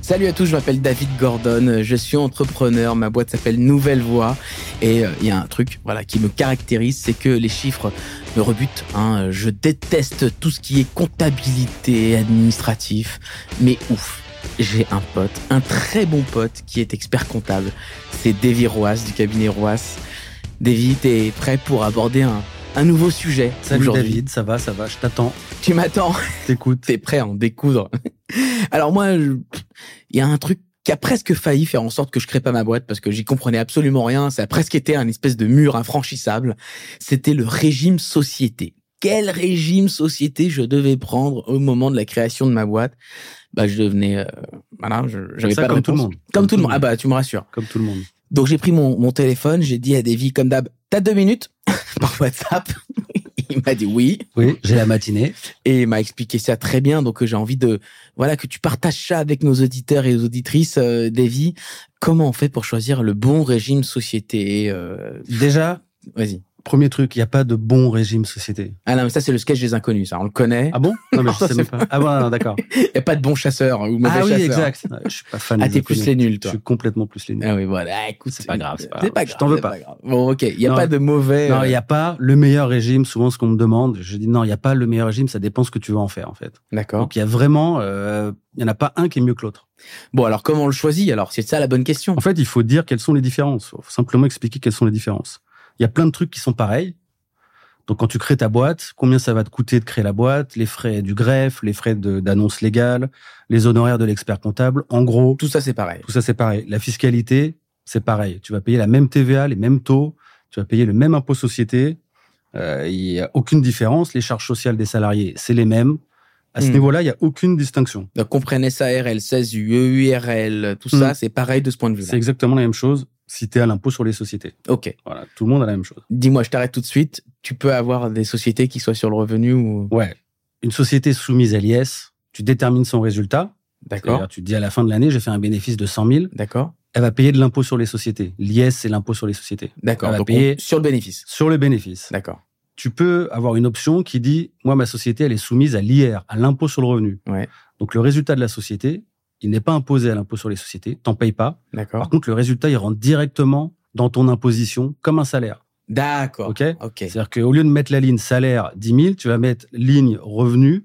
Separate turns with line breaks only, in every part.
Salut à tous, je m'appelle David Gordon, je suis entrepreneur, ma boîte s'appelle Nouvelle Voix et il euh, y a un truc voilà qui me caractérise, c'est que les chiffres me rebutent. Hein. Je déteste tout ce qui est comptabilité, administratif, mais ouf, j'ai un pote, un très bon pote qui est expert comptable. C'est Davy Roas du cabinet Roas. Davy, t'es prêt pour aborder un, un nouveau sujet
Salut David, ça va, ça va, je t'attends.
Tu m'attends
T'écoutes.
T'es prêt à en découdre Alors moi, il y a un truc qui a presque failli faire en sorte que je crée pas ma boîte parce que j'y comprenais absolument rien. Ça a presque été un espèce de mur infranchissable. C'était le régime société. Quel régime société je devais prendre au moment de la création de ma boîte Bah, je devenais, euh, voilà, je- j'avais
Ça,
pas de
comme tout le
réponse.
monde.
Comme, tout le monde. Ah bah, tu me rassures.
Comme tout le monde.
Donc j'ai pris mon, mon téléphone, j'ai dit à Davy, comme d'hab, t'as deux minutes par WhatsApp. Il m'a dit oui.
Oui, j'ai la matinée.
et il m'a expliqué ça très bien. Donc euh, j'ai envie de voilà que tu partages ça avec nos auditeurs et auditrices, euh, Davy. Comment on fait pour choisir le bon régime société euh,
Déjà,
Vas-y.
premier truc, il n'y a pas de bon régime société.
Ah non, mais ça c'est le sketch des inconnus, ça on le connaît.
Ah bon Non, mais
Non,
je sais même pas. Ah bon, non, d'accord.
Il y a pas de bon chasseur ou mauvais
Ah oui,
chasseur.
exact. Je suis pas fan
Ah
des
t'es plus
inconnus.
les nuls
Je
toi.
suis complètement plus les nuls.
Ah oui voilà, Ah, écoute
C'est pas grave, c'est pas
c'est
grave. Je t'en veux
c'est
pas.
grave. Bon ok, il y a
Non.
pas de mauvais.
Non,
euh,
il n'y a pas le meilleur régime. Souvent, ce qu'on me demande, je dis non, il n'y a pas le meilleur régime. Ça dépend ce que tu veux en faire, en fait.
euh, D'accord.
Donc, il y a vraiment, euh, il n'y en a pas un qui est mieux que l'autre.
Bon alors comment on le choisit Alors c'est ça la bonne question.
En fait, il faut dire quelles sont les différences. Il faut simplement expliquer quelles sont les différences. Il y a plein de trucs qui sont pareils. Donc, quand tu crées ta boîte, combien ça va te coûter de créer la boîte, les frais du greffe, les frais de- d'annonce légale, les honoraires de l'expert comptable. En gros,
Tout ça c'est pareil.
tout ça, c'est pareil. La fiscalité, c'est pareil. Tu vas payer la même TVA, les mêmes taux, tu vas payer le même impôt société. Euh, Il y n'y a aucune différence. Les charges sociales des salariés, c'est les mêmes. À ce
Hmm.
niveau-là, il n'y a aucune distinction.
Donc comprenez ça RL 16 UE URL, tout
Mm.
ça c'est pareil de ce point de
C'est
vue-là.
exactement la même chose si tu es à l'impôt sur les sociétés.
Ok.
Voilà, tout le monde a la même chose.
Dis-moi, je t'arrête tout de suite. Tu peux avoir des sociétés qui soient sur le revenu ou.
Ouais. Une société soumise à l'IS, tu détermines son résultat.
D'accord.
C'est-à-dire, tu te dis à la fin de l'année, j'ai fait un bénéfice de 100 000.
D'accord.
Elle va payer de l'impôt sur les sociétés. L'IS, c'est l'impôt sur les sociétés.
D'accord.
Elle va
Donc,
payer.
on- sur le bénéfice.
Sur le bénéfice.
D'accord.
tu peux avoir une option qui dit moi ma société elle est soumise à l'IR, à l'impôt sur le revenu.
Ouais.
Donc le résultat de la société, il n'est pas imposé à l'impôt sur les sociétés, t'en payes pas. Par
D'accord.
contre le résultat il rentre directement dans ton imposition comme un salaire.
D'accord.
Ok.
Ok.
C'est-à-dire qu'au lieu de mettre la ligne salaire 10 000, tu vas mettre ligne revenu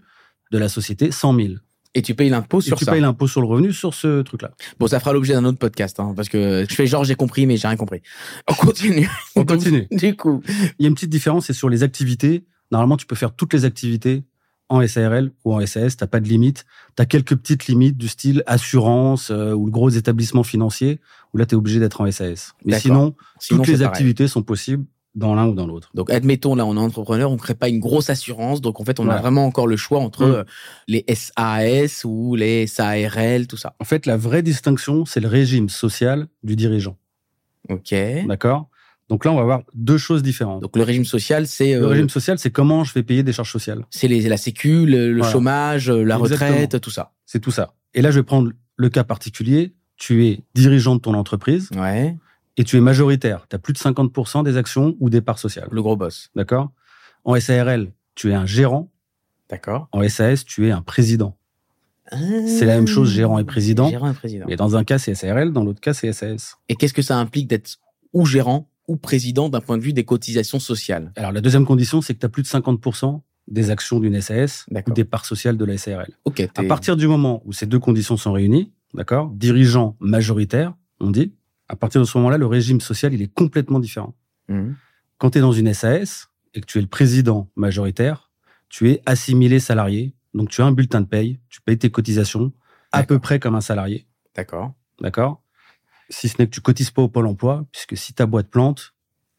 de la société 100 000.
Et tu payes l'impôt
Et
sur
tu
ça.
payes l'impôt sur le revenu sur ce truc-là.
Bon, ça fera l'objet d'un autre podcast, hein, parce que je fais genre j'ai compris, mais j'ai rien compris. On continue.
On continue.
du coup.
Il y a une petite différence, c'est sur les activités. Normalement, tu peux faire toutes les activités en SARL ou en SAS, t'as pas de limite. Tu as quelques petites limites du style assurance euh, ou le gros établissement financier, où là, tu es obligé d'être en SAS. Mais
D'accord.
sinon,
Sinon,
toutes les
c'est pareil.
activités sont possibles dans l'un ou dans l'autre.
Donc, admettons, là, on est entrepreneur, on crée pas une grosse assurance. Donc, en fait, on a
Voilà.
vraiment encore le choix entre
Mm.
euh, les SAS ou les SARL, tout ça.
En fait, la vraie distinction, c'est le régime social du dirigeant.
OK.
D'accord Donc là, on va voir deux choses différentes.
Donc, le régime social, c'est
le
euh,
régime social, c'est comment je vais payer des charges sociales.
C'est les, la sécu, le, le
Voilà.
chômage, euh, la
Exactement.
retraite, tout ça.
C'est tout ça. Et là, je vais prendre le cas particulier. Tu es dirigeant de ton entreprise.
Ouais.
et tu es majoritaire. Tu as plus de 50% des actions ou des parts sociales.
Le gros boss.
D'accord En SARL, tu es un gérant.
D'accord.
En SAS, tu es un président. C'est la même chose, gérant et président.
Mmh. Gérant et président.
Mais dans un cas, c'est SARL, dans l'autre cas, c'est SAS.
Et qu'est-ce que ça implique d'être ou gérant ou président d'un point de vue des cotisations sociales
Alors, la deuxième condition, c'est que tu as plus de 50% des actions d'une SAS ou
D'accord.
des parts sociales de la SARL.
Ok.
À
t'es-
partir du moment où ces deux conditions sont réunies, d'accord Dirigeant majoritaire, on dit, à partir de ce moment-là, le régime social, il est complètement différent.
Mhm.
Quand tu es dans une SAS et que tu es le président majoritaire, tu es assimilé salarié. Donc, tu as un bulletin de paye, tu payes tes cotisations à
D'accord.
peu près comme un salarié.
D'accord.
D'accord Si ce n'est que tu cotises pas au Pôle emploi, puisque si ta boîte plante,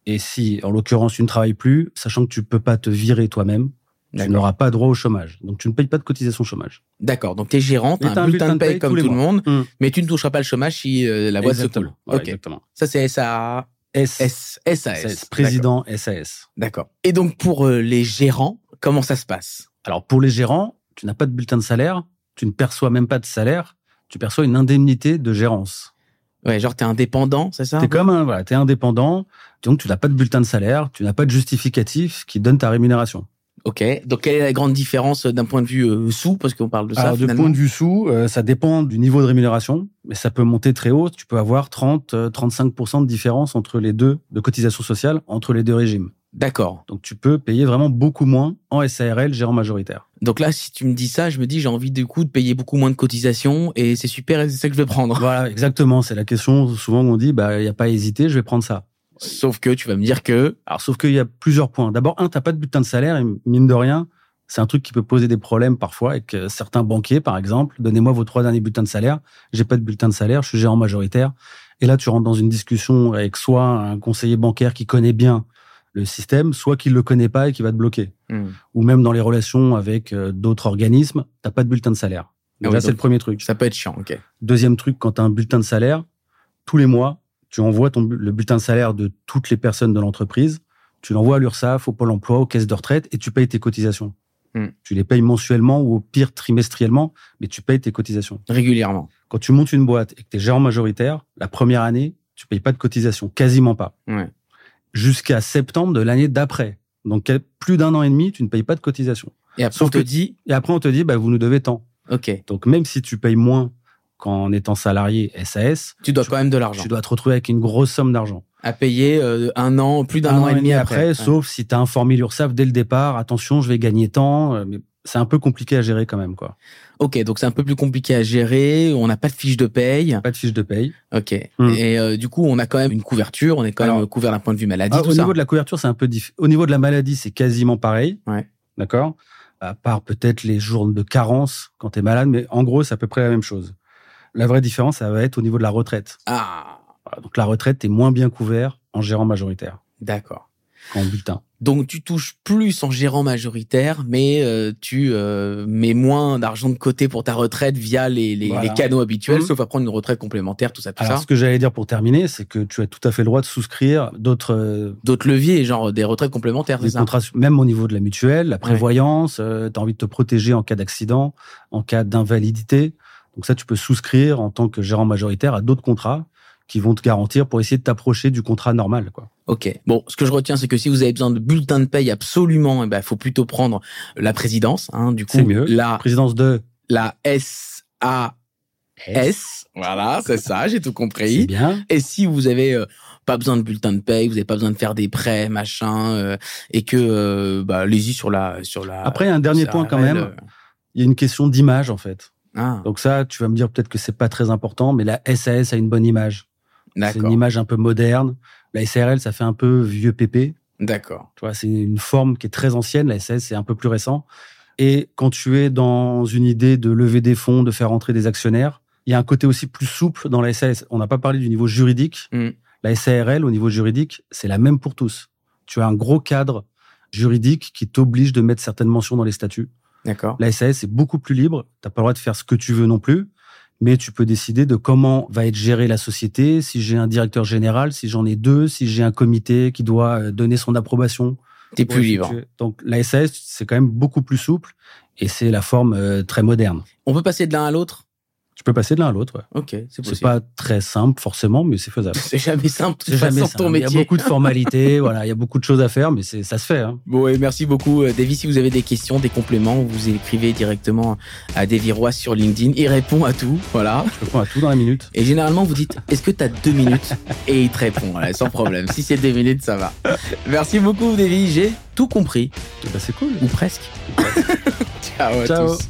et si, en l'occurrence, tu ne travailles plus, sachant que tu peux pas te virer toi-même, tu
D'accord.
n'auras pas droit au chômage. Donc, tu ne payes pas de cotisation chômage.
D'accord. Donc t'es gérant, t'as
Et
un, bulletin de paye,
tous
comme
les
tout le
mois.
monde,
Mm.
mais tu ne toucheras pas le chômage si euh, la boîte se
Exactement.
coule.
Voilà,
ok.
exactement.
Ça c'est SA,
S,
S, SAS.
SAS, président SAS.
D'accord. D'accord. Et donc pour euh, les gérants, comment ça se passe
Alors, pour les gérants, tu n'as pas de bulletin de salaire, tu ne perçois même pas de salaire, tu perçois une indemnité de gérance.
Ouais, genre t'es indépendant, c'est ça
T'es comme un, voilà, t'es indépendant, donc tu n'as pas de bulletin de salaire, tu n'as pas de justificatif qui donne ta rémunération.
Ok. Donc, quelle est la grande différence d'un point de vue euh, sous Parce qu'on parle de ça.
Alors, du
finalement.
point Ah, de vue sous, euh, ça dépend du niveau de rémunération, mais ça peut monter très haut. Tu peux avoir 30, euh, 35% de différence entre les deux, de cotisation sociale, entre les deux régimes.
D'accord.
Donc, tu peux payer vraiment beaucoup moins en SARL, gérant majoritaire.
Donc là, si tu me dis ça, je me dis, j'ai envie du coup de payer beaucoup moins de cotisations et c'est super et c'est ça que je vais prendre.
Voilà, exactement. C'est la question souvent qu'on dit, bah, il n'y a pas à hésiter, je vais prendre ça.
Sauf que tu vas me dire que.
Alors, sauf qu'il y a plusieurs points. D'abord, un, t'as pas de bulletin de salaire et mine de rien, c'est un truc qui peut poser des problèmes parfois avec euh, certains banquiers, par exemple. Donnez-moi vos trois derniers bulletins de salaire. J'ai pas de bulletin de salaire, je suis gérant majoritaire. Et là, tu rentres dans une discussion avec soit un conseiller bancaire qui connaît bien le système, soit qui le connaît pas et qui va te bloquer.
Hmm.
Ou même dans les relations avec euh, d'autres organismes, t'as pas de bulletin de salaire.
Ah
Donc
oui,
là, c'est
donc-
le premier truc.
Ça peut être chiant, ok.
Deuxième truc, quand tu as un bulletin de salaire, tous les mois, tu envoies ton, bu- le bulletin de salaire de toutes les personnes de l'entreprise, tu l'envoies à l'URSSAF, au Pôle emploi, aux caisses de retraite et tu payes tes cotisations.
Hmm.
Tu les payes mensuellement ou au pire trimestriellement, mais tu payes tes cotisations.
Régulièrement.
Quand tu montes une boîte et que tu es gérant majoritaire, la première année, tu payes pas de cotisation, quasiment pas.
Ouais.
Jusqu'à septembre de l'année d'après. Donc plus d'un an et demi, tu ne payes pas de cotisation.
Et après,
Sauf
on te
que-
dit,
Et après, on te dit, bah, vous nous devez tant.
ok,
Donc même si tu payes moins qu'en étant salarié SAS,
tu dois
Tu-
quand même de l'argent
tu dois te retrouver avec une grosse somme d'argent.
à payer euh, un an, plus d'un an, et demi après. Ouais.
sauf si tu as informé l'URSSAF dès le départ, attention, je vais gagner tant. euh, Mais c'est un peu compliqué à gérer quand même. quoi.
Ok, donc c'est un peu plus compliqué à gérer. On n'a pas de fiche de paye.
Pas de fiche de paye.
Ok.
Hmm.
Et euh, du coup, on a quand même une couverture. On est quand
Alors-
même couvert d'un point de vue maladie,
Ah,
tout
au
ça.
niveau de la couverture, c'est un peu diff... Au niveau de la maladie, c'est quasiment pareil.
Ouais.
D'accord À part peut-être les jours de carence quand tu es malade, mais en gros, c'est à peu près la même chose. La vraie différence, ça va être au niveau de la retraite.
Ah,
Voilà, Donc la retraite, tu es moins bien couvert en gérant majoritaire
d'accord.
qu'en bulletin.
Donc tu touches plus en gérant majoritaire, mais euh, tu euh, mets moins d'argent de côté pour ta retraite via les, les,
Voilà.
les canaux habituels,
Mhm.
sauf à prendre une retraite complémentaire, tout ça, tout
Alors,
ça.
ce que j'allais dire pour terminer, c'est que tu as tout à fait le droit de souscrire d'autres euh,
D'autres leviers, genre des retraites complémentaires, c'est
des
ça
contrats, même au niveau de la mutuelle, la prévoyance, tu as envie de te protéger en cas d'accident, en cas d'invalidité. Donc ça, tu peux souscrire en tant que gérant majoritaire à d'autres contrats qui vont te garantir pour essayer de t'approcher du contrat normal. Quoi.
Ok. Bon, ce que je retiens, c'est que si vous avez besoin de bulletin de paye absolument, il ben, faut plutôt prendre la présidence. Hein, du coup,
C'est mieux.
la,
Présidence de
la SAS. Voilà, c'est ça, j'ai tout
c'est
compris.
bien.
Et si vous avez euh, pas besoin de bulletin de paye, vous avez pas besoin de faire des prêts, machin, euh, et que euh, bah, allez-y sur la sur la.
Après, un dernier
sur
point
la
quand
RL,
même,
euh.
il y a une question d'image en fait.
Ah,
Donc ça, tu vas me dire peut-être que c'est pas très important, mais la SAS a une bonne image. C'est une
d'accord,
image un peu moderne. La SRL, ça fait un peu vieux pépé.
d'accord.
Tu vois, c'est une forme qui est très ancienne. La SS, c'est un peu plus récent. Et quand tu es dans une idée de lever des fonds, de faire entrer des actionnaires, il y a un côté aussi plus souple dans la SAS. On n'a pas parlé du niveau juridique.
Mm.
La SARL, au niveau juridique, c'est la même pour tous. Tu as un gros cadre juridique qui t'oblige de mettre certaines mentions dans les statuts.
D'accord.
La SAS est beaucoup plus libre. Tu n'as pas le droit de faire ce que tu veux non plus. Mais tu peux décider de comment va être gérée la société, si j'ai un directeur général, si j'en ai deux, si j'ai un comité qui doit euh, donner son approbation.
T'es plus
Ouais,
libre.
tu- Donc la SAS, c'est quand même beaucoup plus souple et c'est la forme euh, très moderne.
On peut passer de l'un à l'autre.
Tu peux passer de l'un à l'autre. ouais.
Ok, c'est
C'est
possible.
pas très simple forcément, mais c'est faisable.
C'est jamais simple.
C'est
C'est jamais
jamais
sans ton
simple. Il y a
métier.
beaucoup de formalités, voilà, il y a beaucoup de choses à faire, mais c'est- ça se fait. hein.
Bon, et merci beaucoup, euh, Davy. Si vous avez des questions, des compléments, vous écrivez directement à Davy Roy sur LinkedIn. Il répond à tout. Voilà.
Je réponds à tout dans la minute.
Et généralement, vous dites, est-ce que t'as deux minutes Et il te répond, voilà, sans problème. Si c'est deux minutes, ça va. Merci beaucoup, Davy. J'ai tout compris,
Bah, c'est cool.
ou presque. Ciao à
Ciao.
tous.